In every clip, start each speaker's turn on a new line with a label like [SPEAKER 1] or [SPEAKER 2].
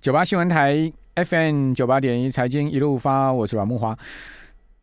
[SPEAKER 1] 九八新闻台 FM 九八点一财经一路发，我是阮木华。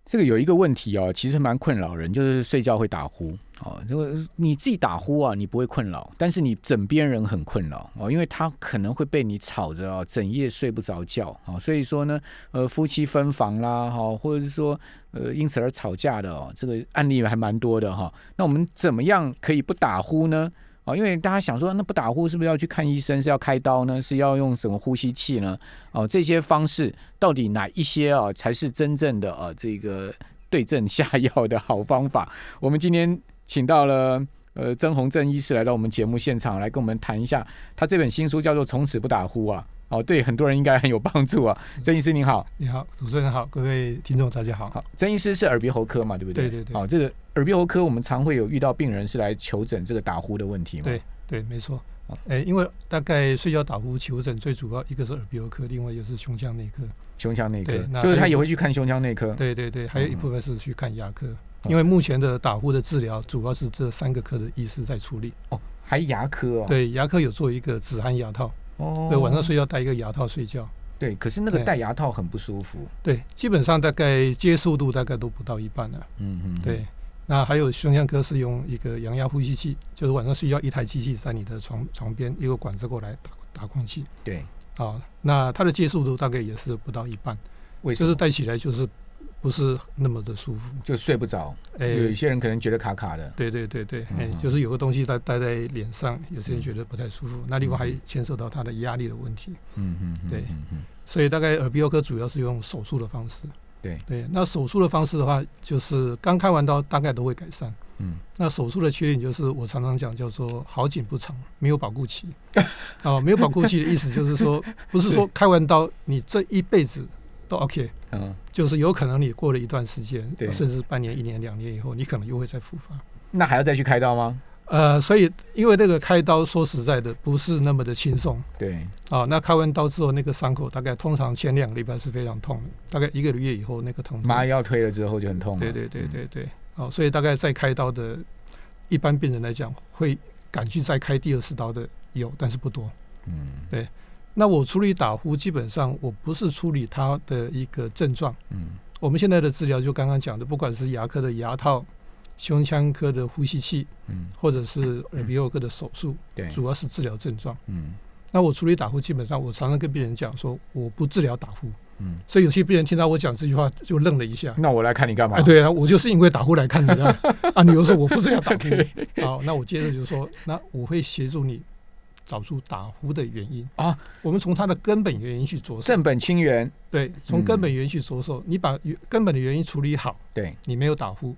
[SPEAKER 1] 这个有一个问题哦，其实蛮困扰人，就是睡觉会打呼哦。如果你自己打呼啊，你不会困扰，但是你枕边人很困扰哦，因为他可能会被你吵着哦，整夜睡不着觉哦。所以说呢，呃，夫妻分房啦，哈、哦，或者是说呃因此而吵架的哦，这个案例还蛮多的哈、哦。那我们怎么样可以不打呼呢？哦，因为大家想说，那不打呼是不是要去看医生？是要开刀呢？是要用什么呼吸器呢？哦，这些方式到底哪一些啊、哦、才是真正的啊、哦、这个对症下药的好方法？我们今天请到了呃曾宏正医师来到我们节目现场，来跟我们谈一下他这本新书叫做《从此不打呼》啊。哦，对很多人应该很有帮助啊。曾医师您好，
[SPEAKER 2] 你好，主持人好，各位听众大家好。
[SPEAKER 1] 好，曾医师是耳鼻喉科嘛，对不
[SPEAKER 2] 对？对对对。
[SPEAKER 1] 好、哦，这个耳鼻喉科我们常会有遇到病人是来求诊这个打呼的问题嘛。
[SPEAKER 2] 对对，没错。哎，因为大概睡觉打呼求诊最主要一个是耳鼻喉科，另外一个是胸腔内科。
[SPEAKER 1] 胸腔内科，就是他也会去看胸腔内科。
[SPEAKER 2] 哎对对对，还有一部分是去看牙科，嗯嗯、因为目前的打呼的治疗主要是这三个科的医师在处理。
[SPEAKER 1] 哦，还牙科哦。
[SPEAKER 2] 对，牙科有做一个止鼾牙套。哦，对，晚上睡觉戴一个牙套睡觉。
[SPEAKER 1] 对，可是那个戴牙套很不舒服。
[SPEAKER 2] 对，基本上大概接受度大概都不到一半了。嗯嗯。对，那还有胸腔科是用一个阳压呼吸器，就是晚上睡觉一台机器在你的床床边，一个管子过来打打空气。
[SPEAKER 1] 对。
[SPEAKER 2] 啊，那它的接受度大概也是不到一半，
[SPEAKER 1] 为
[SPEAKER 2] 就是戴起来就是不是那么的舒服，
[SPEAKER 1] 就睡不着。哎、欸，有一些人可能觉得卡卡的。
[SPEAKER 2] 对对对对，哎、嗯欸，就是有个东西它戴在脸上，有些人觉得不太舒服。嗯、那另外还牵涉到他的压力的问题。嗯嗯，对。嗯、所以大概耳鼻喉科主要是用手术的方式。
[SPEAKER 1] 对
[SPEAKER 2] 对，那手术的方式的话，就是刚开完刀大概都会改善。嗯，那手术的缺点就是我常常讲叫做好景不长，没有保护 期。哦，没有保护期的意思就是说，不是说开完刀你这一辈子都 OK，嗯，就是有可能你过了一段时间，
[SPEAKER 1] 对，
[SPEAKER 2] 甚至半年、一年、两年以后，你可能又会再复发。
[SPEAKER 1] 那还要再去开刀吗？
[SPEAKER 2] 呃，所以因为那个开刀说实在的不是那么的轻松，
[SPEAKER 1] 对，
[SPEAKER 2] 啊，那开完刀之后那个伤口大概通常前两个礼拜是非常痛的，大概一个月以后那个痛,痛，
[SPEAKER 1] 麻药推了之后就很痛了，
[SPEAKER 2] 嗯对对对对对，哦、嗯啊，所以大概在开刀的，一般病人来讲会敢去再开第二次刀的有，但是不多，嗯，对。那我处理打呼基本上我不是处理他的一个症状，嗯，我们现在的治疗就刚刚讲的，不管是牙科的牙套。胸腔科的呼吸器，嗯，或者是耳鼻喉科的手术，
[SPEAKER 1] 对，
[SPEAKER 2] 主要是治疗症状，嗯。那我处理打呼，基本上我常常跟病人讲说，我不治疗打呼，嗯。所以有些病人听到我讲这句话就愣了一下。
[SPEAKER 1] 那我来看你干嘛？
[SPEAKER 2] 哎，对啊，我就是因为打呼来看你的 啊。你又说我不治疗打呼，好，那我接着就说，那我会协助你找出打呼的原因
[SPEAKER 1] 啊。
[SPEAKER 2] 我们从它的根本原因去着手，
[SPEAKER 1] 正本清源。
[SPEAKER 2] 对，从根本原因去着手，嗯、你把根本的原因处理好，
[SPEAKER 1] 对
[SPEAKER 2] 你没有打呼。
[SPEAKER 1] 嗯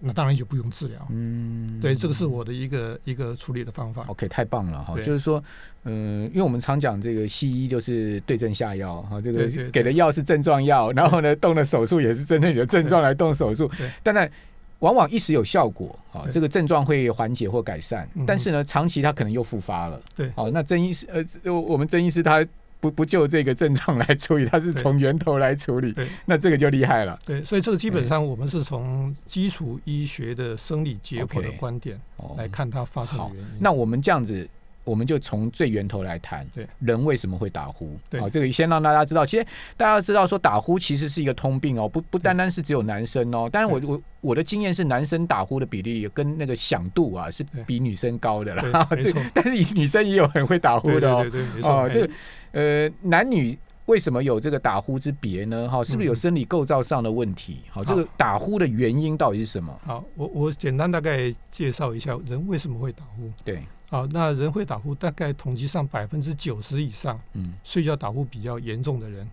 [SPEAKER 2] 那当然就不用治疗，嗯，对，这个是我的一个一个处理的方法。
[SPEAKER 1] OK，太棒了哈，就是说，嗯、呃，因为我们常讲这个西医就是对症下药哈，这个给的药是症状药，然后呢动的手术也是针对你的症状来动手术，当然往往一时有效果啊，这个症状会缓解或改善，但是呢长期它可能又复发了，
[SPEAKER 2] 嗯对，
[SPEAKER 1] 好、哦，那曾医师呃，我们曾医师他。不不就这个症状来处理，它是从源头来处理，那这个就厉害了。
[SPEAKER 2] 对，所以这个基本
[SPEAKER 1] 哎
[SPEAKER 2] 上我们是从基础医学的生理结果的观点
[SPEAKER 1] 哦
[SPEAKER 2] 来看它发生的原因。Okay,
[SPEAKER 1] 那我们这样子，我们就从最源头来谈，
[SPEAKER 2] 对
[SPEAKER 1] 人为什么会打呼？
[SPEAKER 2] 对、
[SPEAKER 1] 哦，这个先让大家知道，其实大家知道说打呼其实是一个通病哦，不不单单是只有男生哦。当然我我我的经验是，男生打呼的比例跟那个响度啊是比女生高的啦。
[SPEAKER 2] 这
[SPEAKER 1] 但是女生也有很会打呼的
[SPEAKER 2] 哦。对对对,對，哦，
[SPEAKER 1] 啊这个。呃，男女为什么有这个打呼之别呢？哈、哦，是
[SPEAKER 2] 嗯
[SPEAKER 1] 不是有生理构造上的问题？好、嗯哦，这个打呼的原因到底是什么？
[SPEAKER 2] 好，我我简单大概介绍一下人为什么会打呼。
[SPEAKER 1] 对，
[SPEAKER 2] 好，那人会打呼，大概统计上百分之九十以上，嗯，睡觉打呼比较严重的人，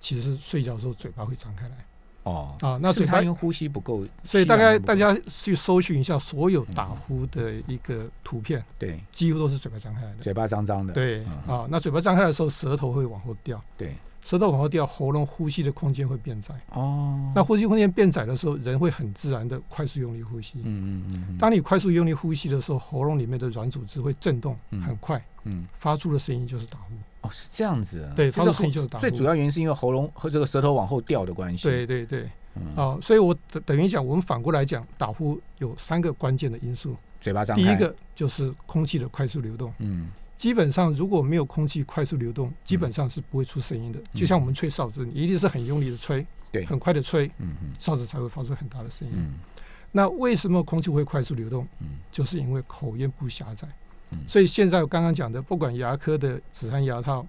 [SPEAKER 2] 其实睡觉的时候嘴巴会张开来。
[SPEAKER 1] 哦，
[SPEAKER 2] 啊，那嘴巴
[SPEAKER 1] 因为呼吸不够，
[SPEAKER 2] 所以
[SPEAKER 1] 啊
[SPEAKER 2] 大概大家去搜寻一下所有打呼的一个图片，嗯、
[SPEAKER 1] 对，
[SPEAKER 2] 几乎都是嘴巴张开来的，
[SPEAKER 1] 嘴巴张张的，
[SPEAKER 2] 对，嗯、啊，那嘴巴张开的时候，舌头会往后掉，
[SPEAKER 1] 对，
[SPEAKER 2] 舌头往后掉，喉咙呼吸的空间会变窄，
[SPEAKER 1] 哦，
[SPEAKER 2] 那呼吸空间变窄的时候，人会很自然的快速用力呼吸，
[SPEAKER 1] 嗯嗯嗯，
[SPEAKER 2] 当你快速用力呼吸的时候，喉咙里面的软组织会震动很快，嗯，嗯发出的声音就是打呼。
[SPEAKER 1] 哦，是这样子啊，
[SPEAKER 2] 对，
[SPEAKER 1] 这
[SPEAKER 2] 是
[SPEAKER 1] 最主要原因是因为喉咙和这个舌头往后掉的关系。
[SPEAKER 2] 对对对，嗯、哦，所以我等等于讲，我们反过来讲，打呼有三个关键的因素。
[SPEAKER 1] 嘴巴张
[SPEAKER 2] 第一个就是空气的快速流动，
[SPEAKER 1] 嗯，
[SPEAKER 2] 基本上如果没有空气快速流动，基本上是不会出声音的。就像我们吹哨子，你一定是很用力的吹，
[SPEAKER 1] 嗯对
[SPEAKER 2] 很快的吹，
[SPEAKER 1] 嗯嗯
[SPEAKER 2] 哨子才会发出很大的声音。
[SPEAKER 1] 嗯
[SPEAKER 2] 那为什么空气会快速流动？
[SPEAKER 1] 嗯
[SPEAKER 2] 就是因为口咽部狭窄
[SPEAKER 1] 嗯。
[SPEAKER 2] 所以现在我刚刚讲的，不管牙科的紫杉牙套、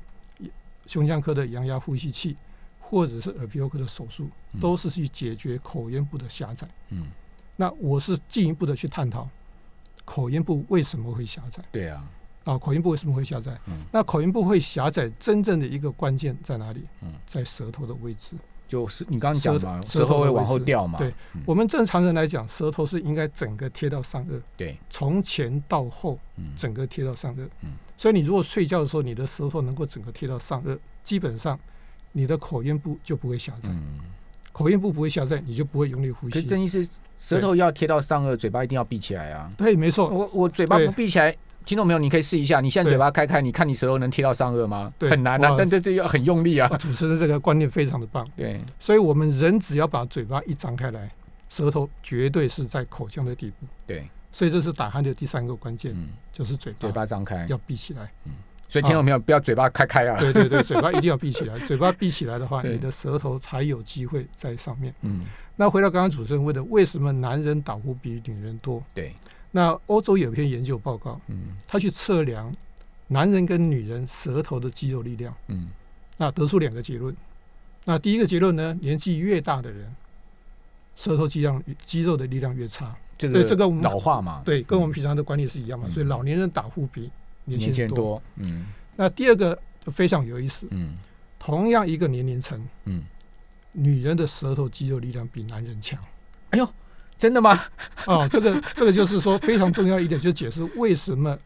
[SPEAKER 2] 胸腔科的羊牙呼吸器，或者是耳鼻喉科的手术，
[SPEAKER 1] 嗯
[SPEAKER 2] 都是去解决口咽部的狭窄。
[SPEAKER 1] 嗯，
[SPEAKER 2] 那我是进一步的去探讨口咽部为什么会狭窄
[SPEAKER 1] 对啊，
[SPEAKER 2] 啊？口咽部为什么会狭窄？
[SPEAKER 1] 嗯
[SPEAKER 2] 那口咽部会狭窄，真正的一个关键在哪里
[SPEAKER 1] 嗯？
[SPEAKER 2] 在舌头的位置。
[SPEAKER 1] 就是你刚刚讲嘛，舌
[SPEAKER 2] 舌头
[SPEAKER 1] 头会
[SPEAKER 2] 的
[SPEAKER 1] 往
[SPEAKER 2] 位
[SPEAKER 1] 后
[SPEAKER 2] 置
[SPEAKER 1] 掉嘛，
[SPEAKER 2] 对
[SPEAKER 1] 嗯
[SPEAKER 2] 我们正常人来讲，舌头是应该整个贴到上颚，
[SPEAKER 1] 对，
[SPEAKER 2] 从前到后
[SPEAKER 1] 嗯
[SPEAKER 2] 整个贴到上颚
[SPEAKER 1] 嗯。
[SPEAKER 2] 所以你如果睡觉的时候，你的舌头能够整个贴到上颚，基本上你的口咽部就不会狭窄，
[SPEAKER 1] 嗯，
[SPEAKER 2] 口咽部不会狭窄，你就不会用力呼
[SPEAKER 1] 可是
[SPEAKER 2] 吸。
[SPEAKER 1] 郑医师，舌头要贴到上颚，嘴巴一定要闭起来啊。
[SPEAKER 2] 对，没错，
[SPEAKER 1] 我我嘴巴
[SPEAKER 2] 对
[SPEAKER 1] 不闭起来，听众朋友，你可以试一下，你现在
[SPEAKER 2] 对
[SPEAKER 1] 嘴巴开开，你看你舌头能贴到上颚吗？
[SPEAKER 2] 对
[SPEAKER 1] 很难啊
[SPEAKER 2] 哇，
[SPEAKER 1] 但这这要很用力啊
[SPEAKER 2] 哇。主持人这个观念非常的棒。
[SPEAKER 1] 对，
[SPEAKER 2] 所以我们人只要把嘴巴一张开来，舌头绝对是在口腔的底部。
[SPEAKER 1] 对，
[SPEAKER 2] 所以这是打鼾的第三个关键，
[SPEAKER 1] 嗯，
[SPEAKER 2] 就是嘴巴
[SPEAKER 1] 嘴巴张开，
[SPEAKER 2] 啊要闭起来。
[SPEAKER 1] 所以听众朋友不要嘴巴开开啊。
[SPEAKER 2] 对对对，嘴巴一定要闭起来。 嘴巴闭起来的话，
[SPEAKER 1] 对
[SPEAKER 2] 你的舌头才有机会在上面。
[SPEAKER 1] 嗯，
[SPEAKER 2] 那回到刚刚主持人问的，为什么男人打呼比女人多？
[SPEAKER 1] 对，
[SPEAKER 2] 那欧洲有篇研究报告，
[SPEAKER 1] 嗯
[SPEAKER 2] 他去测量男人跟女人舌头的肌肉力量，
[SPEAKER 1] 嗯
[SPEAKER 2] 那得出两个结论。那第一个结论呢，年纪越大的人，舌头肌量肌肉的力量越差。
[SPEAKER 1] 这
[SPEAKER 2] 对这个我们
[SPEAKER 1] 老化嘛，
[SPEAKER 2] 对，跟我们
[SPEAKER 1] 嗯
[SPEAKER 2] 平常的观念是一样嘛，
[SPEAKER 1] 嗯
[SPEAKER 2] 所以老年人打呼比年
[SPEAKER 1] 年
[SPEAKER 2] 轻
[SPEAKER 1] 轻
[SPEAKER 2] 人
[SPEAKER 1] 人
[SPEAKER 2] 多。
[SPEAKER 1] 多，嗯
[SPEAKER 2] 那第二个就非常有意思，
[SPEAKER 1] 嗯
[SPEAKER 2] 同样一个年龄层，
[SPEAKER 1] 嗯，
[SPEAKER 2] 女人的舌头肌肉力量比男人强。
[SPEAKER 1] 真的吗？
[SPEAKER 2] 哦，这个 这个就是说非常重要的一点，就解释为什么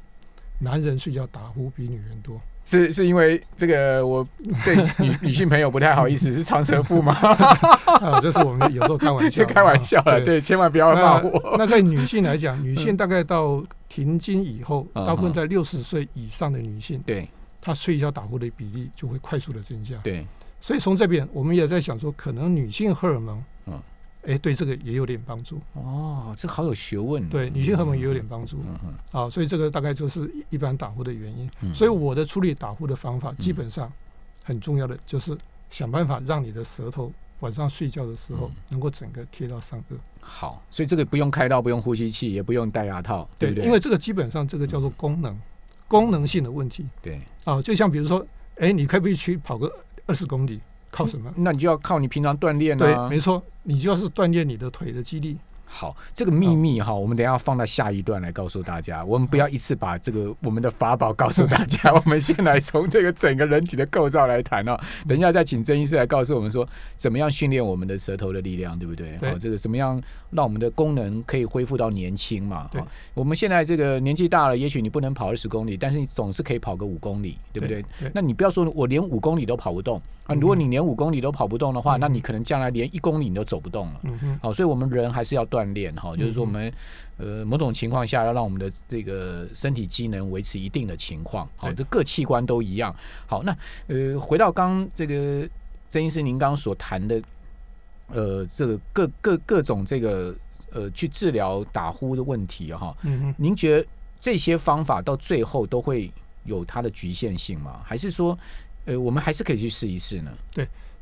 [SPEAKER 2] 男人睡觉打呼比女人多。
[SPEAKER 1] 是是因为这个我对女女性朋友不太好意思，是长舌妇吗？
[SPEAKER 2] 啊，这是我们有时候开玩笑
[SPEAKER 1] 是
[SPEAKER 2] 的啊，
[SPEAKER 1] 开玩笑了，对，千万不要骂我。
[SPEAKER 2] 那那在女性来讲，女性大概到停经以后，
[SPEAKER 1] 嗯
[SPEAKER 2] 大部分在六十岁以上的女性，
[SPEAKER 1] 对
[SPEAKER 2] 她睡觉打呼的比例就会快速的增加。
[SPEAKER 1] 对，
[SPEAKER 2] 所以从这边我们也在想说，可能女性荷尔蒙，
[SPEAKER 1] 嗯
[SPEAKER 2] 嗯，哎，对这个也有点帮助，
[SPEAKER 1] 哦，这好有学问哦。
[SPEAKER 2] 对女性荷尔蒙也有点帮助
[SPEAKER 1] 嗯哼
[SPEAKER 2] 啊。所以这个大概就是一一般打呼的原因。
[SPEAKER 1] 嗯
[SPEAKER 2] 所以我的处理打呼的方法，基本上很重要的就是想办法让你的舌头晚上睡觉的时候
[SPEAKER 1] 嗯
[SPEAKER 2] 能够整个贴到上颚。
[SPEAKER 1] 好，所以这个不用开刀，不用呼吸器，也不用戴牙套，对不对？嗯
[SPEAKER 2] 因为这个基本上这个叫做功能，功能性的问题
[SPEAKER 1] 对，
[SPEAKER 2] 啊。就像比如说，哎，你可不可以去跑个二十公里？靠什么？
[SPEAKER 1] 那你就要靠你平常锻炼
[SPEAKER 2] 对，
[SPEAKER 1] 啊。
[SPEAKER 2] 没错，你就要是锻炼你的腿的肌力。
[SPEAKER 1] 好，这个秘密哈，我们等一下放到下一段来告诉大家。我们不要一次把这个我们的法宝告诉大家，我们先来从这个整个人体的构造来谈哦。
[SPEAKER 2] 嗯
[SPEAKER 1] 等一下再请曾医师来告诉我们说，怎么样训练我们的舌头的力量，对不对？
[SPEAKER 2] 对
[SPEAKER 1] 哦，这个怎么样让我们的功能可以恢复到年轻嘛？
[SPEAKER 2] 对
[SPEAKER 1] 哦，我们现在这个年纪大了，也许你不能跑二十公里，但是你总是可以跑个五公里，对不对？
[SPEAKER 2] 对，
[SPEAKER 1] 那你不要说我连五公里都跑不动啊！如果你连五公里都跑不动的话，
[SPEAKER 2] 嗯
[SPEAKER 1] 那你可能将来连一公里你都走不动了。
[SPEAKER 2] 嗯哼，
[SPEAKER 1] 好，所以我们人还是要锻炼哈，就是说我
[SPEAKER 2] 嗯
[SPEAKER 1] 们呃某种情况下要让我们的这个身体机能维持一定的情况，好，
[SPEAKER 2] 对
[SPEAKER 1] 这各器官都一样。好，那呃回到刚这个曾医师您刚刚所谈的，呃这个各各各种这个呃去治疗打呼的问题哈，
[SPEAKER 2] 嗯哼。
[SPEAKER 1] 您觉得这些方法到最后都会有它的局限性吗？还是说呃我们还是可以去试一试呢？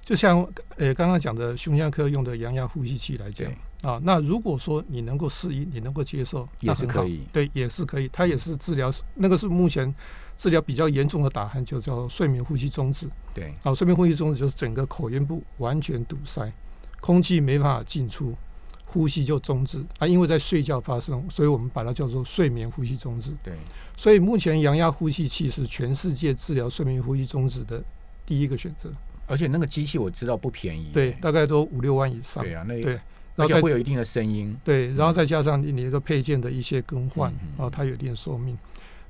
[SPEAKER 2] 就像呃刚刚讲的胸腔科用的羊压呼吸器来讲
[SPEAKER 1] 对
[SPEAKER 2] 啊，那如果说你能够适应，你能够接受，
[SPEAKER 1] 也是
[SPEAKER 2] 那啊很好
[SPEAKER 1] 可以
[SPEAKER 2] 对，也是可以，它也是治疗，那个是目前治疗比较严重的打鼾，就叫睡眠呼吸中止
[SPEAKER 1] 对，
[SPEAKER 2] 啊，睡眠呼吸中止就是整个口咽部完全堵塞，空气没办法进出。呼吸就终止啊，因为在睡觉发生，所以我们把它叫做睡眠呼吸中止。
[SPEAKER 1] 对，
[SPEAKER 2] 所以目前羊压呼吸器是全世界治疗睡眠呼吸中止的第一个选择，
[SPEAKER 1] 而且那个机器我知道不便宜，
[SPEAKER 2] 对，大概都五六万以上。
[SPEAKER 1] 对啊，那
[SPEAKER 2] 对
[SPEAKER 1] 而
[SPEAKER 2] 然后
[SPEAKER 1] 且
[SPEAKER 2] 再
[SPEAKER 1] 会有一定的声音，
[SPEAKER 2] 对，然后再加上你你这个配件的一些更换
[SPEAKER 1] 嗯，嗯
[SPEAKER 2] 啊，它有一定的寿命。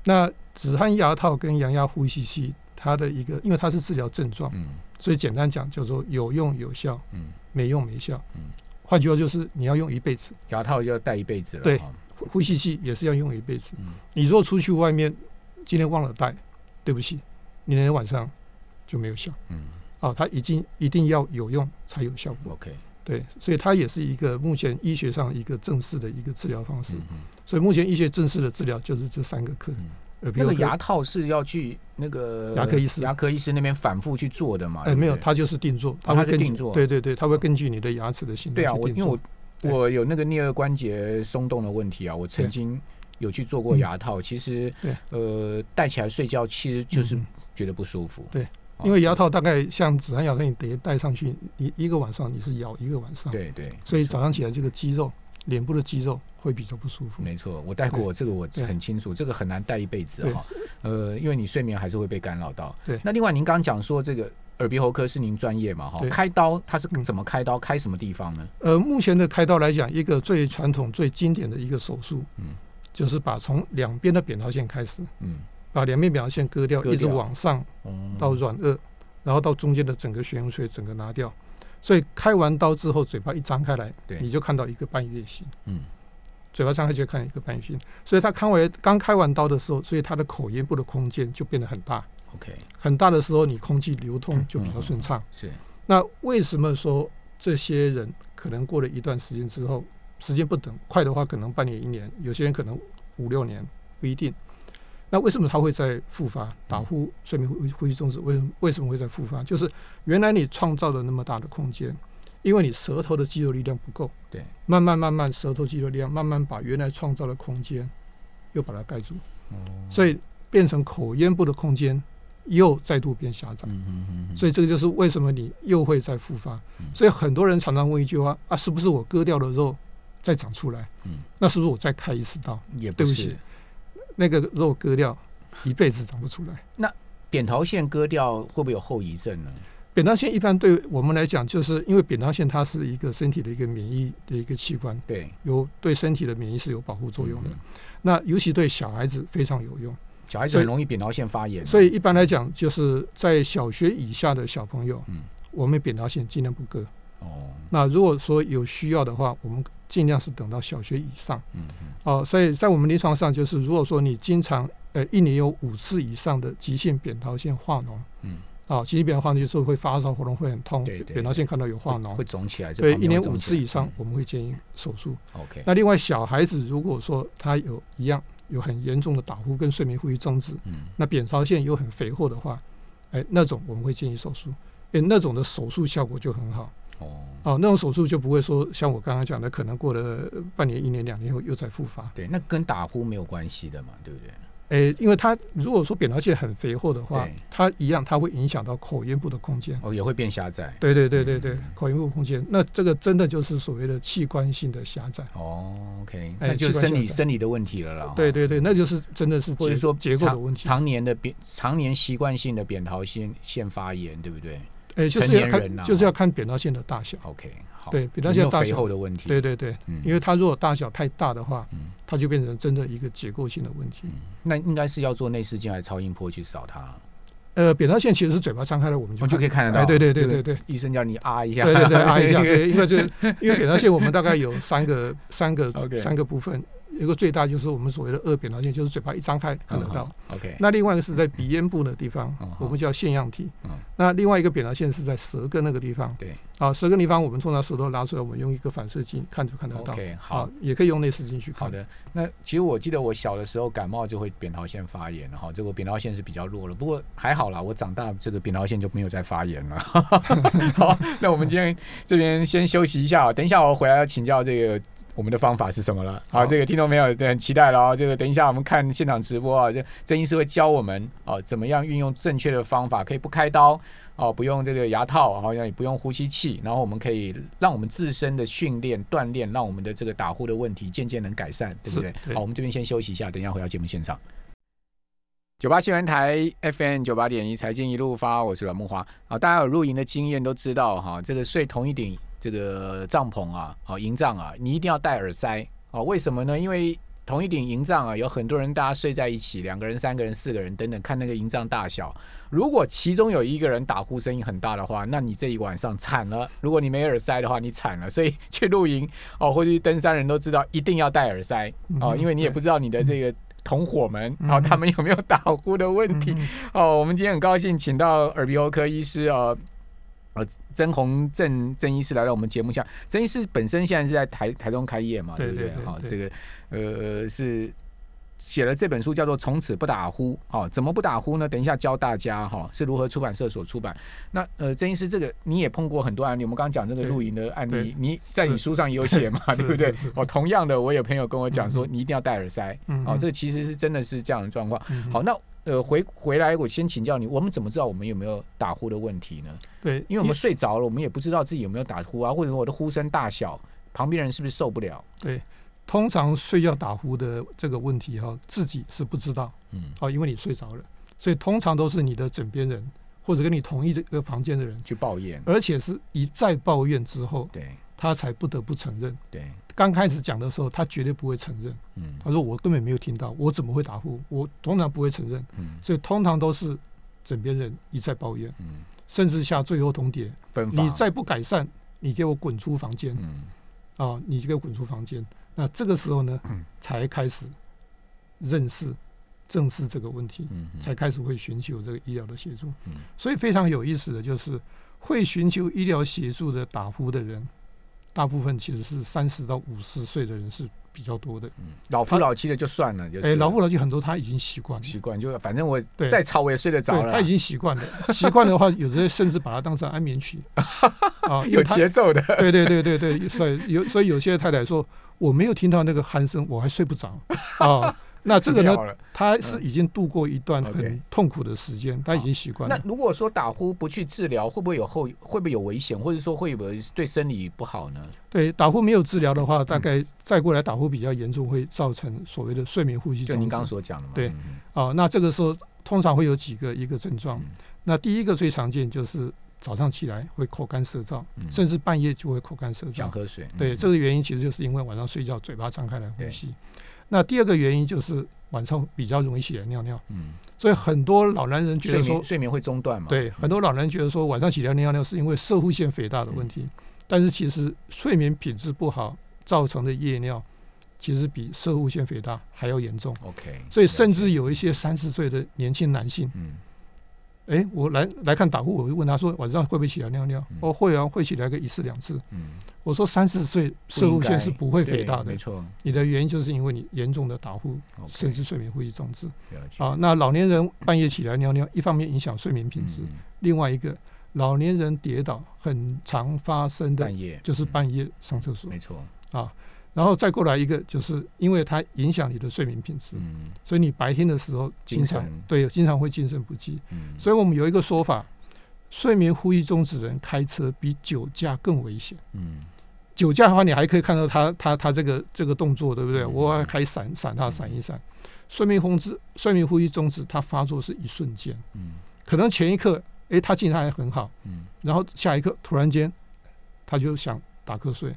[SPEAKER 2] 那止鼾牙套跟羊压呼吸器，它的一个，因为它是治疗症状，
[SPEAKER 1] 嗯
[SPEAKER 2] 所以简单讲叫做有用有效，
[SPEAKER 1] 嗯，
[SPEAKER 2] 没用没效
[SPEAKER 1] 嗯。
[SPEAKER 2] 换句话就是你要用一辈子，
[SPEAKER 1] 牙套就要戴一辈子了，
[SPEAKER 2] 对
[SPEAKER 1] 哈
[SPEAKER 2] 呼呼吸器也是要用一辈子
[SPEAKER 1] 嗯。
[SPEAKER 2] 你如果出去外面，今天忘了带，对不起，你那天晚上就没有效
[SPEAKER 1] 嗯
[SPEAKER 2] 啊。它已经一定要有用才有效果，
[SPEAKER 1] ，OK，
[SPEAKER 2] 对，所以它也是一个目前医学上一个正式的一个治疗方式
[SPEAKER 1] 嗯。嗯
[SPEAKER 2] 所以目前医学正式的治疗就是这三个科呃
[SPEAKER 1] 嗯
[SPEAKER 2] 耳鼻
[SPEAKER 1] 那
[SPEAKER 2] 喉
[SPEAKER 1] 个
[SPEAKER 2] 科
[SPEAKER 1] 牙套是要去那个
[SPEAKER 2] 牙科医师
[SPEAKER 1] 牙科医师那边反复去做的嘛？
[SPEAKER 2] 哎，没有，
[SPEAKER 1] 他
[SPEAKER 2] 它就是定做，
[SPEAKER 1] 哦
[SPEAKER 2] 它
[SPEAKER 1] 它
[SPEAKER 2] 会
[SPEAKER 1] 是
[SPEAKER 2] 根据
[SPEAKER 1] 定做
[SPEAKER 2] 对对对，它会根据你的牙齿的形
[SPEAKER 1] 对啊，
[SPEAKER 2] 状
[SPEAKER 1] 我
[SPEAKER 2] 去
[SPEAKER 1] 因
[SPEAKER 2] 定
[SPEAKER 1] 为
[SPEAKER 2] 做嗯
[SPEAKER 1] 我。
[SPEAKER 2] 对
[SPEAKER 1] 我有那个颞颌关节松动的问题啊，我曾
[SPEAKER 2] 对嗯
[SPEAKER 1] 经有去做过牙套，其实
[SPEAKER 2] 对
[SPEAKER 1] 呃戴起来睡觉其实就是
[SPEAKER 2] 嗯
[SPEAKER 1] 觉得不舒服。
[SPEAKER 2] 对
[SPEAKER 1] 哦，
[SPEAKER 2] 因为牙套大概像止鼾牙套，你得戴上去，你一个晚上你是咬一个晚上，
[SPEAKER 1] 对对，
[SPEAKER 2] 所以
[SPEAKER 1] 没错
[SPEAKER 2] 早上起来这个肌肉，脸部的肌肉会比较不舒服。
[SPEAKER 1] 没错，我戴过，我这个我
[SPEAKER 2] 对
[SPEAKER 1] 很清楚，这个很难戴一辈子
[SPEAKER 2] 对
[SPEAKER 1] 哈、呃，因为你睡眠还是会被干扰到。
[SPEAKER 2] 对
[SPEAKER 1] 那另外您刚刚讲说这个耳鼻喉科是您专业嘛哈、
[SPEAKER 2] 对
[SPEAKER 1] 开刀它是
[SPEAKER 2] 嗯
[SPEAKER 1] 怎么开刀？开什么地方呢？
[SPEAKER 2] 呃，目前的开刀来讲，一个最传统、最经典的一个手术，
[SPEAKER 1] 嗯
[SPEAKER 2] 就是把从两边的扁桃腺开始，
[SPEAKER 1] 嗯，
[SPEAKER 2] 把两边扁桃腺割掉，
[SPEAKER 1] 割
[SPEAKER 2] 一直
[SPEAKER 1] 掉
[SPEAKER 2] 往上
[SPEAKER 1] 哦
[SPEAKER 2] 到软腭，然后到中间的整个悬浮垂整个拿掉。所以开完刀之后，嘴巴一张开来，
[SPEAKER 1] 对
[SPEAKER 2] 你就看到一个半月形。
[SPEAKER 1] 嗯，
[SPEAKER 2] 嘴巴张开就看一个半月形。所以他看完刚开完刀的时候，所以他的口咽部的空间就变得很大。
[SPEAKER 1] OK
[SPEAKER 2] 很大的时候，你空气流
[SPEAKER 1] 嗯
[SPEAKER 2] 通就比较顺畅。
[SPEAKER 1] 是
[SPEAKER 2] 那为什么说这些人可能过了一段时间之后，时间不等，快的话可能半年一年，有些人可能五六年不一定。那为什么他会在复发？打
[SPEAKER 1] 嗯
[SPEAKER 2] 呼、睡眠呼呼吸中止，为什么为什么会在复发？就是原来你创造了那么大的空间，因为你舌头的肌肉力量不够，
[SPEAKER 1] 对，
[SPEAKER 2] 慢慢慢慢舌头肌肉力量慢慢把原来创造的空间又把它盖住，
[SPEAKER 1] 哦，
[SPEAKER 2] 所以变成口咽部的空间又再度变狭窄。
[SPEAKER 1] 嗯嗯嗯嗯，
[SPEAKER 2] 所
[SPEAKER 1] 以
[SPEAKER 2] 以这个就是为什么你又会再复发
[SPEAKER 1] 嗯。
[SPEAKER 2] 所以很多人常常问一句话：啊，是不是我割掉的肉再长出来
[SPEAKER 1] 嗯？
[SPEAKER 2] 那是不是我再开一次刀？
[SPEAKER 1] 也不
[SPEAKER 2] 对不
[SPEAKER 1] 是
[SPEAKER 2] 起那个肉割掉，一辈子长不出来。
[SPEAKER 1] 扁桃腺割掉会不会有后遗症呢？
[SPEAKER 2] 扁桃腺一般对我们来讲，就是因为扁桃腺它是一个身体的一个免疫的一个器官，
[SPEAKER 1] 对，
[SPEAKER 2] 有对身体的免疫是有保护作用的
[SPEAKER 1] 嗯。
[SPEAKER 2] 那尤其对小孩子非常有用。
[SPEAKER 1] 小孩子
[SPEAKER 2] 所以
[SPEAKER 1] 很容易扁桃腺发炎，啊
[SPEAKER 2] 所以一般来讲，就是在小学以下的小朋友
[SPEAKER 1] 嗯，
[SPEAKER 2] 我们扁桃腺尽量不割。
[SPEAKER 1] 哦，
[SPEAKER 2] 那如果说有需要的话，我们尽量是等到小学以上。
[SPEAKER 1] 嗯嗯
[SPEAKER 2] 哦，所以在我们临床上，就是如果说你经常呃一年有五次以上的急性扁桃腺化脓，
[SPEAKER 1] 嗯，
[SPEAKER 2] 哦，急性扁桃腺化脓就是会发烧、喉咙会很痛，
[SPEAKER 1] 对对
[SPEAKER 2] 扁桃腺看到有化
[SPEAKER 1] 会
[SPEAKER 2] 脓
[SPEAKER 1] 会，肿起来，这
[SPEAKER 2] 所以
[SPEAKER 1] 旁
[SPEAKER 2] 哦一
[SPEAKER 1] 边
[SPEAKER 2] 年
[SPEAKER 1] 会肿
[SPEAKER 2] 五
[SPEAKER 1] 起
[SPEAKER 2] 次
[SPEAKER 1] 来
[SPEAKER 2] 以上
[SPEAKER 1] 嗯，
[SPEAKER 2] 我们会建议手术。
[SPEAKER 1] ，OK，
[SPEAKER 2] 那另外小孩子如果说他有一样有很严重的打呼跟睡眠呼吸中止，
[SPEAKER 1] 嗯
[SPEAKER 2] 那扁桃腺又很肥厚的话，哎，那种我们会建议手术，哎，那种的手术效果就很好。
[SPEAKER 1] 哦，
[SPEAKER 2] 哦，那种手术就不会说像我刚刚讲的，可能过了半年、一年、两年后又再复发。
[SPEAKER 1] 对，那跟打呼没有关系的嘛，对不对？
[SPEAKER 2] 诶，因为它如果说扁桃腺很肥厚的话
[SPEAKER 1] 对，
[SPEAKER 2] 它一样它会影响到口咽部的空间。
[SPEAKER 1] 哦，也会变狭窄。
[SPEAKER 2] 对对对对对，
[SPEAKER 1] 嗯
[SPEAKER 2] 口咽部空间，那这个真的就是所谓的器官性的狭窄。
[SPEAKER 1] 哦，OK，
[SPEAKER 2] 哎
[SPEAKER 1] 那就是
[SPEAKER 2] 器官
[SPEAKER 1] 生理
[SPEAKER 2] 狭窄
[SPEAKER 1] 生理的问题了啦。
[SPEAKER 2] 对
[SPEAKER 1] 哈，
[SPEAKER 2] 对对，那就是真的是
[SPEAKER 1] 哦或者
[SPEAKER 2] 结
[SPEAKER 1] 说
[SPEAKER 2] 结构的问题。
[SPEAKER 1] 常常年的扁常年习惯性的扁桃腺腺发炎，对不对
[SPEAKER 2] 诶，就
[SPEAKER 1] 成
[SPEAKER 2] 是要
[SPEAKER 1] 年人
[SPEAKER 2] 看
[SPEAKER 1] 啊
[SPEAKER 2] 就是要看扁桃腺的大小。
[SPEAKER 1] ？OK，好，
[SPEAKER 2] 对扁桃
[SPEAKER 1] 有没有
[SPEAKER 2] 腺的大
[SPEAKER 1] 肥厚
[SPEAKER 2] 小，
[SPEAKER 1] 的问题。
[SPEAKER 2] 对对对，
[SPEAKER 1] 嗯，
[SPEAKER 2] 因为它如果大小太大的话
[SPEAKER 1] 嗯，
[SPEAKER 2] 它就变成真的一个结构性的问题。
[SPEAKER 1] 那应该是要做内视镜还是超音波去扫它，哦
[SPEAKER 2] 呃，扁桃腺其实是嘴巴张开了，我们就
[SPEAKER 1] 我就可以看得到。
[SPEAKER 2] 哎对对对
[SPEAKER 1] 这个
[SPEAKER 2] 对对，
[SPEAKER 1] 医生叫你啊一下，
[SPEAKER 2] 对对 对，按一下，对，因为这因为扁桃腺我们大概有三个三个
[SPEAKER 1] OK
[SPEAKER 2] 三个部分，一个最大就是我们所谓的二扁桃腺，就是嘴巴一张开看得到。
[SPEAKER 1] 嗯。OK，
[SPEAKER 2] 那另外一个是在鼻咽部的地方
[SPEAKER 1] 嗯好，
[SPEAKER 2] 我们叫腺样体
[SPEAKER 1] 嗯。
[SPEAKER 2] 那另外一个扁桃腺是在舌根那个地方。
[SPEAKER 1] 对。
[SPEAKER 2] 啊，舌根地方我们通常舌头拉出来，我们用一个反射镜看就看得到。
[SPEAKER 1] OK，
[SPEAKER 2] 啊
[SPEAKER 1] 好。，
[SPEAKER 2] 也可以用内视镜去看。
[SPEAKER 1] 好。的，那其实我记得我小的时候感冒就会扁桃腺发炎，哈，这个扁桃腺是比较弱了，不过还好啦，我长大这个扁桃腺就没有再发炎了。 好，那我们今天这边先休息一下哦，等一下我回来要请教这个我们的方法是什么了。好，
[SPEAKER 2] 好
[SPEAKER 1] 这个听众朋友很期待了哦，这个等一下我们看现场直播啊，这曾医师会教我们哦怎么样运用正确的方法，可以不开刀。哦，不用这个牙套，好像也不用呼吸器，然后我们可以让我们自身的训练锻炼，让我们的这个打呼的问题渐渐能改善，对不
[SPEAKER 2] 是
[SPEAKER 1] 对？
[SPEAKER 2] 对
[SPEAKER 1] 好，我们这边先休息一下，等一下回到节目现场。九八新闻台 FM 九八点一财经一路发，我是阮木华。啊，大家有露营的经验都知道哈、这个睡同一顶这个帐篷啊，好、营帐啊，你一定要戴耳塞啊、为什么呢？因为同一顶营帐啊，有很多人大家睡在一起，两个人、三个人、四个人等等，看那个营帐大小。如果其中有一个人打呼声音很大的话，那你这一晚上惨了。如果你没耳塞的话，你惨了。所以去露营哦，或者去登山，人都知道一定要戴耳塞哦，
[SPEAKER 2] 嗯
[SPEAKER 1] 因为你也
[SPEAKER 2] 对
[SPEAKER 1] 不知道你的这个同伙们
[SPEAKER 2] 嗯
[SPEAKER 1] 哦，他们有没有打呼的问题
[SPEAKER 2] 嗯。
[SPEAKER 1] 哦，我们今天很高兴请到耳鼻喉科医师呃呃曾宏正曾医师来到我们节目下。曾医师本身现在是在台台中开业嘛，
[SPEAKER 2] 对
[SPEAKER 1] 不
[SPEAKER 2] 对
[SPEAKER 1] 对？
[SPEAKER 2] 对
[SPEAKER 1] 哈，
[SPEAKER 2] 对
[SPEAKER 1] 这个呃是写了这本书叫做《从此不打呼》哦，怎么不打呼呢？等一下教大家哈、哦，是如何出版社所出版。那呃，郑医师，这个你也碰过很多案例，我们刚刚讲这个露营的案
[SPEAKER 2] 对
[SPEAKER 1] 例，你在你书上也有写嘛，
[SPEAKER 2] 是
[SPEAKER 1] 对不对
[SPEAKER 2] 是是？
[SPEAKER 1] 哦，同样的，我有朋友跟我讲说，
[SPEAKER 2] 嗯
[SPEAKER 1] 你一定要戴耳塞，
[SPEAKER 2] 嗯
[SPEAKER 1] 哦，
[SPEAKER 2] 嗯
[SPEAKER 1] 这个其实是真的是这样的状况。
[SPEAKER 2] 嗯嗯
[SPEAKER 1] 好，那呃回回来，我先请教你，我们怎么知道我们有没有打呼的问题呢？
[SPEAKER 2] 对，
[SPEAKER 1] 因为我们睡着了，我们也不知道自己有没有打呼啊，或者我的呼声大小，旁边人是不是受不了？
[SPEAKER 2] 通常睡觉打呼的这个问题哈、自己是不知道
[SPEAKER 1] 嗯，
[SPEAKER 2] 哦，因为你睡着了，所以通常都是你的枕边人或者跟你同一个房间的人，
[SPEAKER 1] 去抱怨，
[SPEAKER 2] 而且是一再抱怨之后，
[SPEAKER 1] 对
[SPEAKER 2] 他才不得不承认。
[SPEAKER 1] 对，
[SPEAKER 2] 刚开始讲的时候，他绝对不会承认，
[SPEAKER 1] 嗯
[SPEAKER 2] 他说我根本没有听到，我怎么会打呼？我通常不会承认，
[SPEAKER 1] 嗯
[SPEAKER 2] 所以通常都是枕边人一再抱怨，
[SPEAKER 1] 嗯，
[SPEAKER 2] 甚至下最后通牒：
[SPEAKER 1] 分
[SPEAKER 2] 你
[SPEAKER 1] 房，
[SPEAKER 2] 再不改善，你给我滚出房间。
[SPEAKER 1] 嗯
[SPEAKER 2] 啊，你就给我滚出房间。那这个时候呢
[SPEAKER 1] 嗯，
[SPEAKER 2] 才开始认识、正视这个问题，
[SPEAKER 1] 嗯嗯
[SPEAKER 2] 才开始会寻求这个医疗的协助
[SPEAKER 1] 嗯。
[SPEAKER 2] 所以非常有意思的就是，会寻求医疗协助的打呼的人，大部分其实是三十到五十岁的人是比较多的。
[SPEAKER 1] 嗯，老夫老妻的就算了，就是
[SPEAKER 2] 哎，老夫老妻很多他已经习惯了。
[SPEAKER 1] 习惯，就反正我
[SPEAKER 2] 对
[SPEAKER 1] 再吵我也睡得着
[SPEAKER 2] 对，
[SPEAKER 1] 了
[SPEAKER 2] 他已，经 习惯了。习惯的话，有些甚至把它当成安眠曲啊，因
[SPEAKER 1] 有
[SPEAKER 2] 为他
[SPEAKER 1] 节奏的，
[SPEAKER 2] 对对对对对，所以有所以有些太太说我没有听到那个鼾声，我还睡不着啊。那 这个呢
[SPEAKER 1] 妙，了嗯
[SPEAKER 2] 她是已经度过一段
[SPEAKER 1] OK
[SPEAKER 2] 很痛苦的时间，她已经习惯
[SPEAKER 1] 那
[SPEAKER 2] 了。
[SPEAKER 1] 如果说打呼不去治疗，会不会有后会不会有危险，或者说会不会对生理不好呢？
[SPEAKER 2] 对，打呼没有治疗的话，大
[SPEAKER 1] 嗯
[SPEAKER 2] 概再过来打呼比较严重，会造成所谓的睡眠呼吸
[SPEAKER 1] 就
[SPEAKER 2] 中
[SPEAKER 1] 您刚刚
[SPEAKER 2] 止
[SPEAKER 1] 所讲的嘛，
[SPEAKER 2] 对
[SPEAKER 1] 嗯
[SPEAKER 2] 啊。那这个时候通常会有几个一个症状
[SPEAKER 1] 嗯，
[SPEAKER 2] 那第一个最常见就是早上起来会口干舌燥，
[SPEAKER 1] 嗯
[SPEAKER 2] 甚至半夜就会口干舌燥
[SPEAKER 1] 想。喝水，
[SPEAKER 2] 啊对，
[SPEAKER 1] 嗯
[SPEAKER 2] 这个原因其实就是因为晚上睡觉嘴巴张开来呼
[SPEAKER 1] 对
[SPEAKER 2] 吸。那第二个原因就是晚上比较容易起来尿尿，
[SPEAKER 1] 嗯，
[SPEAKER 2] 所以很多老男人觉
[SPEAKER 1] 睡
[SPEAKER 2] 得说
[SPEAKER 1] 眠，睡眠会中断嘛？
[SPEAKER 2] 对，很多老男人觉得说晚上起来尿尿是因为射护腺肥大的问题，
[SPEAKER 1] 嗯
[SPEAKER 2] 但是其实睡眠品质不好造成的夜尿，其实比射护腺肥大还要严重。
[SPEAKER 1] ，OK，
[SPEAKER 2] 所以甚
[SPEAKER 1] 哦了
[SPEAKER 2] 至
[SPEAKER 1] 解
[SPEAKER 2] 有一些三十岁的年轻男性，
[SPEAKER 1] 嗯
[SPEAKER 2] 诶，我来来看打呼，我就问他说晚上会不会起来尿尿
[SPEAKER 1] 嗯？
[SPEAKER 2] 哦，会啊，会起来个一次两次。
[SPEAKER 1] 嗯，
[SPEAKER 2] 我说三十岁射
[SPEAKER 1] 应
[SPEAKER 2] 护腺
[SPEAKER 1] 该
[SPEAKER 2] 是不会肥
[SPEAKER 1] 对
[SPEAKER 2] 大的
[SPEAKER 1] 没，错
[SPEAKER 2] 你的原因就是因为你严重的打呼，
[SPEAKER 1] ，OK，
[SPEAKER 2] 甚至睡眠呼吸中止
[SPEAKER 1] 了解
[SPEAKER 2] 啊。那老年人半夜起来尿尿，一方面影响睡眠品质，
[SPEAKER 1] 嗯
[SPEAKER 2] 另外一个老年人跌倒很常发生的
[SPEAKER 1] 半夜
[SPEAKER 2] 就是
[SPEAKER 1] 嗯
[SPEAKER 2] 半夜上厕所
[SPEAKER 1] 没错，
[SPEAKER 2] 啊。然后再过来一个，就是因为它影响你的睡眠品质，
[SPEAKER 1] 嗯
[SPEAKER 2] 所以你白天的时候经
[SPEAKER 1] 精
[SPEAKER 2] 常
[SPEAKER 1] 神
[SPEAKER 2] 对经常会精神不济。
[SPEAKER 1] 嗯，
[SPEAKER 2] 所以我们有一个说法，睡眠呼吸中止的人开车比酒驾更危险。
[SPEAKER 1] 嗯
[SPEAKER 2] 酒驾的话，你还可以看到他他他这个这个动作，对不对？
[SPEAKER 1] 嗯
[SPEAKER 2] 我还开闪闪他闪一闪，睡眠呼吸睡眠呼吸终止，它发作是一瞬间，
[SPEAKER 1] 嗯
[SPEAKER 2] 可能前一刻诶，他竟然还很好，
[SPEAKER 1] 嗯
[SPEAKER 2] 然后下一刻突然间他就想打瞌睡，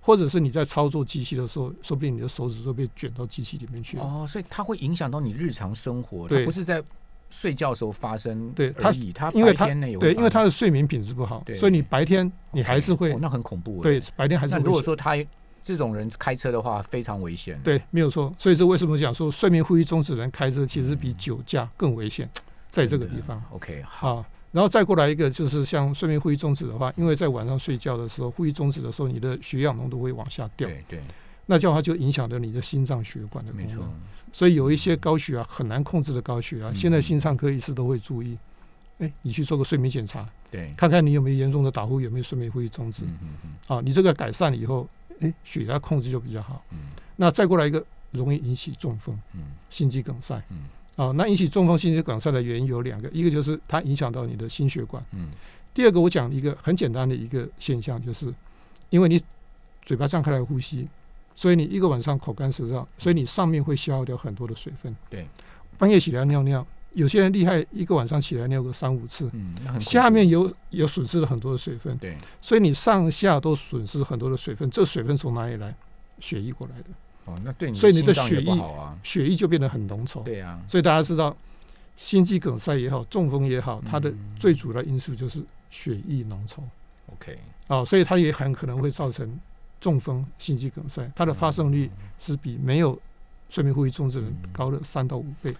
[SPEAKER 2] 或者是你在操作机器的时候，说不定你的手指都被卷到机器里面去了。
[SPEAKER 1] 哦，所以它会影响到你日常生活，它
[SPEAKER 2] 对
[SPEAKER 1] 不是在睡觉时候发生
[SPEAKER 2] 对它
[SPEAKER 1] 而已，它
[SPEAKER 2] 因为
[SPEAKER 1] 白
[SPEAKER 2] 它
[SPEAKER 1] 天内有
[SPEAKER 2] 对，因为
[SPEAKER 1] 它
[SPEAKER 2] 他的睡眠品质不好
[SPEAKER 1] 对，哦
[SPEAKER 2] 所以你白天你还是会
[SPEAKER 1] 那很恐怖，欸
[SPEAKER 2] 对。白天还是
[SPEAKER 1] 那
[SPEAKER 2] 会
[SPEAKER 1] 如果
[SPEAKER 2] 醒
[SPEAKER 1] 说他这种人开车的话，非常危险，，
[SPEAKER 2] 对，没有错。所以这为什么讲说睡眠呼吸中止的人开车其实比酒驾更危险，在这个地方。
[SPEAKER 1] ，OK，好，
[SPEAKER 2] 啊。然后再过来一个就是像睡眠呼吸中止的话，因为在晚上睡觉的时候，呼吸中止的时候，你的血氧浓度会往下掉，
[SPEAKER 1] 对对，
[SPEAKER 2] 那这样的话就影响了你的心脏血管的功
[SPEAKER 1] 没错
[SPEAKER 2] 能。，所以有一些高血压、很难控制的高血压，
[SPEAKER 1] 嗯
[SPEAKER 2] 现在心脏科医师都会注意。哎，你去做个睡眠检查，
[SPEAKER 1] 对，
[SPEAKER 2] 看看你有没有严重的打呼，有没有睡眠呼吸中止。
[SPEAKER 1] 嗯嗯嗯
[SPEAKER 2] 啊，你这个改善了以后，哎，血压控制就比较好。
[SPEAKER 1] 嗯
[SPEAKER 2] 那再过来一个，容易引起中风。
[SPEAKER 1] 嗯
[SPEAKER 2] 心肌梗塞。
[SPEAKER 1] 嗯
[SPEAKER 2] 啊，那引起中风、心肌梗塞的原因有两个，一个就是它影响到你的心血管，
[SPEAKER 1] 嗯
[SPEAKER 2] 第二个我讲一个很简单的一个现象，就是因为你嘴巴张开来呼吸，所以你一个晚上口干舌燥，所以你上面会消耗掉很多的水分。
[SPEAKER 1] 嗯对，
[SPEAKER 2] 半夜起来尿尿，有些人厉害，一个晚上起来尿个三五次，
[SPEAKER 1] 嗯，那很恐
[SPEAKER 2] 下
[SPEAKER 1] 怖
[SPEAKER 2] 面有有损失了很多的水分，
[SPEAKER 1] 对，
[SPEAKER 2] 所以你上下都损失很多的水分，这水分从哪里来？血液过来的，
[SPEAKER 1] 哦，那对你
[SPEAKER 2] 所以你
[SPEAKER 1] 心
[SPEAKER 2] 的
[SPEAKER 1] 脏也
[SPEAKER 2] 血
[SPEAKER 1] 不
[SPEAKER 2] 液
[SPEAKER 1] 好啊，
[SPEAKER 2] 血液就变得很浓稠。
[SPEAKER 1] 对啊，
[SPEAKER 2] 所以大家知道，心肌梗塞也好，中风也好，它的
[SPEAKER 1] 嗯
[SPEAKER 2] 最主要因素就是血液浓稠
[SPEAKER 1] OK，
[SPEAKER 2] 啊、所以它也很可能会造成中风、心肌梗塞，它的发生率是比没有睡眠呼吸中止的人
[SPEAKER 1] 嗯
[SPEAKER 2] 高了三到五倍。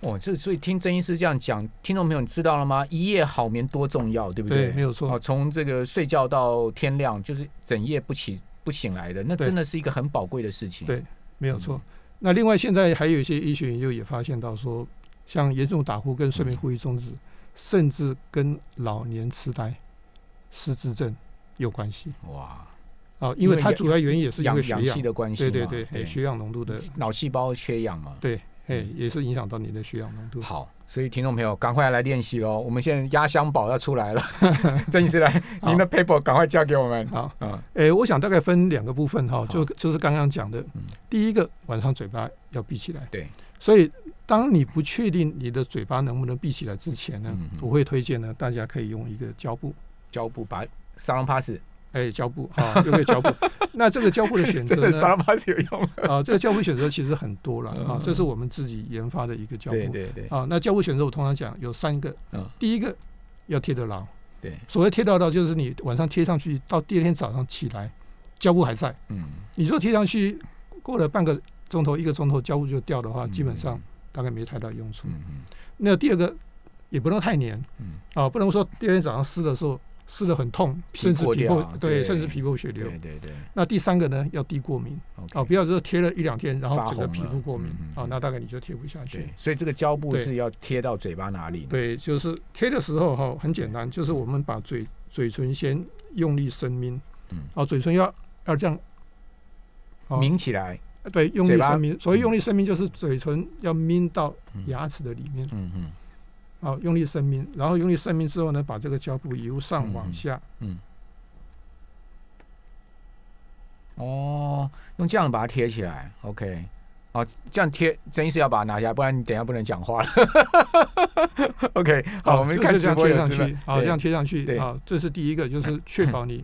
[SPEAKER 1] 哦，这所以听曾医师这样讲，听众朋友你知道了吗？一夜好眠多重要，对不
[SPEAKER 2] 对，没有
[SPEAKER 1] 哦，
[SPEAKER 2] 错。
[SPEAKER 1] 从这个睡觉到天亮，就是整夜不起不醒来的，那真的是一个很宝贵的事情。
[SPEAKER 2] 对没有错。那另外，现在还有一些医学研究也发现到说，像严重打呼跟
[SPEAKER 1] 嗯
[SPEAKER 2] 睡眠呼吸中止，甚至跟老年痴呆、失智症有关系
[SPEAKER 1] 哇，
[SPEAKER 2] 啊，因为它主要原因也是因
[SPEAKER 1] 氧
[SPEAKER 2] 为血
[SPEAKER 1] 氧
[SPEAKER 2] 氧
[SPEAKER 1] 气，的关系
[SPEAKER 2] 对
[SPEAKER 1] 嘛，嗯
[SPEAKER 2] 对对，哎血氧浓度的，
[SPEAKER 1] 脑细胞缺氧嘛。
[SPEAKER 2] 对，哎，也是影响到你的血氧浓度。
[SPEAKER 1] 嗯好，所以听众朋友赶快来练习喽！我们现在压箱宝要出来了， 郑医师来，
[SPEAKER 2] 好
[SPEAKER 1] 您的 paper 赶快交给我们。
[SPEAKER 2] 好，
[SPEAKER 1] 啊，
[SPEAKER 2] 诶，我想大概分两个部分哈，就就是刚刚讲的
[SPEAKER 1] 嗯，
[SPEAKER 2] 第一个晚上嘴巴要闭起来，
[SPEAKER 1] 对，
[SPEAKER 2] 所以当你不确定你的嘴巴能不能闭起来之前呢
[SPEAKER 1] 嗯哼，
[SPEAKER 2] 我会推荐呢，大家可以用一个胶布，
[SPEAKER 1] 胶布把沙龙 pass，
[SPEAKER 2] 哎，胶布哈， 用一个胶布。那这个胶布的选择
[SPEAKER 1] 这个沙
[SPEAKER 2] 呢，
[SPEAKER 1] 龙 pass 有用吗？
[SPEAKER 2] 啊，这个胶布选择其实很多了啊
[SPEAKER 1] 嗯，
[SPEAKER 2] 这是我们自己研发的一个胶
[SPEAKER 1] 对
[SPEAKER 2] 布
[SPEAKER 1] 对对，
[SPEAKER 2] 啊。那胶布选择我通常讲有三个
[SPEAKER 1] 嗯，
[SPEAKER 2] 第一个要贴得牢，
[SPEAKER 1] 对，
[SPEAKER 2] 所谓贴得牢就是你晚上贴上去，到第二天早上起来，胶布还在。
[SPEAKER 1] 嗯，
[SPEAKER 2] 你若贴上去过了半个钟头、一个钟头，胶布就掉的话，啊基本上大概没太大用处。
[SPEAKER 1] 嗯，嗯
[SPEAKER 2] 那第二个也不能太黏
[SPEAKER 1] 嗯
[SPEAKER 2] 啊，不能说第二天早上撕的时候撕的很痛，
[SPEAKER 1] 皮
[SPEAKER 2] 甚至
[SPEAKER 1] 破
[SPEAKER 2] 皮
[SPEAKER 1] 掉
[SPEAKER 2] 破
[SPEAKER 1] 啊对
[SPEAKER 2] 对，甚至皮破血
[SPEAKER 1] 嗯，
[SPEAKER 2] 流。
[SPEAKER 1] 对对对，
[SPEAKER 2] 那第三个呢，要低过敏啊，
[SPEAKER 1] OK，
[SPEAKER 2] 不要说贴了一两天，然
[SPEAKER 1] 发
[SPEAKER 2] 后整个
[SPEAKER 1] 红
[SPEAKER 2] 皮
[SPEAKER 1] 了
[SPEAKER 2] 肤过敏
[SPEAKER 1] 嗯嗯嗯
[SPEAKER 2] 啊，那大概你就贴不下去
[SPEAKER 1] 对。，所以这个胶布
[SPEAKER 2] 对
[SPEAKER 1] 是要贴到嘴巴哪里？，
[SPEAKER 2] 对，就是贴的时候哈，很简单，就是我们把嘴嘴唇先用力伸抿
[SPEAKER 1] 嗯，
[SPEAKER 2] 啊，嘴唇要要这样，啊
[SPEAKER 1] 抿起来，
[SPEAKER 2] 对，用
[SPEAKER 1] 嘴
[SPEAKER 2] 力
[SPEAKER 1] 巴
[SPEAKER 2] 生命，所以
[SPEAKER 1] 嗯
[SPEAKER 2] 用力生命就是嘴唇要抿到
[SPEAKER 1] 嗯
[SPEAKER 2] 牙齿的里面，
[SPEAKER 1] 嗯嗯
[SPEAKER 2] 啊，用力生命，然后用力生命之后呢，把这个胶布由上往下，
[SPEAKER 1] 嗯，哦，用这样把它贴起来，OK。哦，这样贴，真是要把它拿下来，不然你等一下不能讲话了。OK，好，
[SPEAKER 2] 啊
[SPEAKER 1] 我们
[SPEAKER 2] 就是
[SPEAKER 1] 看
[SPEAKER 2] 这
[SPEAKER 1] 直
[SPEAKER 2] 样
[SPEAKER 1] 播
[SPEAKER 2] 贴
[SPEAKER 1] 也
[SPEAKER 2] 上
[SPEAKER 1] 是了
[SPEAKER 2] 去，啊，这样贴上
[SPEAKER 1] 对
[SPEAKER 2] 去，啊，这是第一个，就是确保你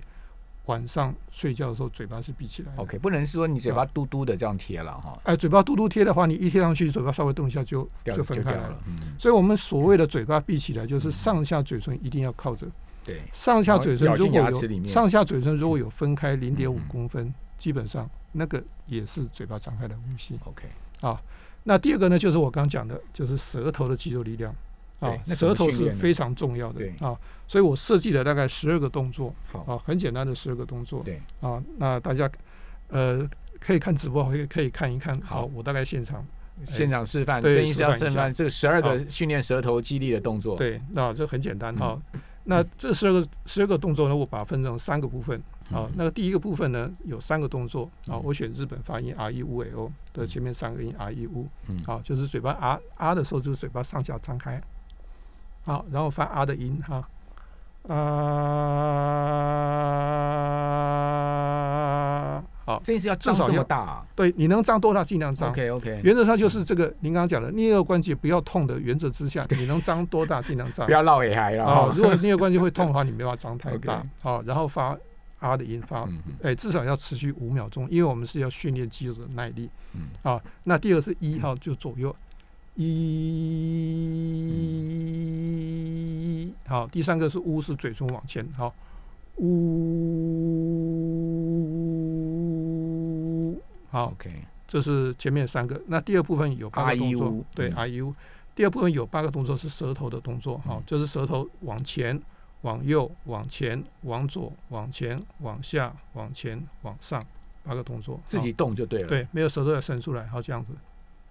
[SPEAKER 2] 晚上睡觉的时候嘴巴是闭起来的。
[SPEAKER 1] OK，不能说你嘴巴嘟嘟的这样贴了哈，
[SPEAKER 2] 哎，嘴巴嘟嘟贴的话，你一贴上去，嘴巴稍微动一下就
[SPEAKER 1] 掉
[SPEAKER 2] 就
[SPEAKER 1] 就
[SPEAKER 2] 分
[SPEAKER 1] 掉
[SPEAKER 2] 开来了。
[SPEAKER 1] 了。嗯，
[SPEAKER 2] 所以我们所谓的嘴巴闭起来，就是上下嘴唇一定要靠着，
[SPEAKER 1] 对，
[SPEAKER 2] 上下嘴唇
[SPEAKER 1] 然后咬
[SPEAKER 2] 如
[SPEAKER 1] 进
[SPEAKER 2] 果
[SPEAKER 1] 牙齿里
[SPEAKER 2] 有
[SPEAKER 1] 面
[SPEAKER 2] 上下嘴唇如果有分开零点五
[SPEAKER 1] 嗯嗯
[SPEAKER 2] 公分，基本上那个也是嘴巴张开的呼吸。
[SPEAKER 1] OK，
[SPEAKER 2] 那第二个呢，就是我刚讲的，就是舌头的肌肉力量啊
[SPEAKER 1] 对，那怎么
[SPEAKER 2] 舌头
[SPEAKER 1] 训
[SPEAKER 2] 是
[SPEAKER 1] 练呢
[SPEAKER 2] 非常重要的
[SPEAKER 1] 对
[SPEAKER 2] 啊，所以我设计了大概十二个动作
[SPEAKER 1] 好，
[SPEAKER 2] 啊，很简单的十二个动作
[SPEAKER 1] 对，
[SPEAKER 2] 啊，那大家呃可以看直播，也可以看一看。
[SPEAKER 1] 好
[SPEAKER 2] 好，我大概现场
[SPEAKER 1] 现场示范，
[SPEAKER 2] 对
[SPEAKER 1] 郑医师要示
[SPEAKER 2] 示范
[SPEAKER 1] 范这个十二
[SPEAKER 2] 好
[SPEAKER 1] 个训练舌头肌力的动作。，
[SPEAKER 2] 对，那这很简单
[SPEAKER 1] 嗯
[SPEAKER 2] 哈、那这十二个十二个动作呢，我把它分成三个部分啊
[SPEAKER 1] 嗯。
[SPEAKER 2] 那个第一个部分呢，有三个动作啊，
[SPEAKER 1] 嗯
[SPEAKER 2] 我选日本发音 R E U A O 的前面三个音 R E U，
[SPEAKER 1] 嗯
[SPEAKER 2] 啊，就是嘴巴 R R 的时候，就是嘴巴上下张开，好，然后发 R 的音哈，啊，好，
[SPEAKER 1] 郑医师要张
[SPEAKER 2] 至少
[SPEAKER 1] 这么
[SPEAKER 2] 要
[SPEAKER 1] 大啊
[SPEAKER 2] 对，你能张多大尽量张。
[SPEAKER 1] ，OK OK，
[SPEAKER 2] 原则上就是这个，您刚刚讲的颞颌关节不要痛的原则之下，你能张多大尽量张
[SPEAKER 1] 不。要绕也还了
[SPEAKER 2] 啊、
[SPEAKER 1] 哈。
[SPEAKER 2] 如果颞颌关节会痛的话，你没办法张太大
[SPEAKER 1] 哦 OK。
[SPEAKER 2] 好、然后发 R 的音发，
[SPEAKER 1] 嗯嗯
[SPEAKER 2] 哎、至少要持续五秒钟，因为我们是要训练肌肉的耐力。
[SPEAKER 1] 嗯，
[SPEAKER 2] 啊，那第二是一号就左右
[SPEAKER 1] 嗯
[SPEAKER 2] 一，好，第三个是呜是嘴唇往前，好，呜，好，
[SPEAKER 1] ，OK，
[SPEAKER 2] 这是前面三个。那第二部分有八个动
[SPEAKER 1] I U，
[SPEAKER 2] 作，对
[SPEAKER 1] 嗯
[SPEAKER 2] I U。第二部分有八个动作是舌头的动作，哈、
[SPEAKER 1] 嗯
[SPEAKER 2] 就是舌头往前、往右、往前、往左、往前、往下、往前、往上，八个动作。哦
[SPEAKER 1] 自己
[SPEAKER 2] 好
[SPEAKER 1] 动就对了。，
[SPEAKER 2] 对，没有舌头要伸出来，好这样子。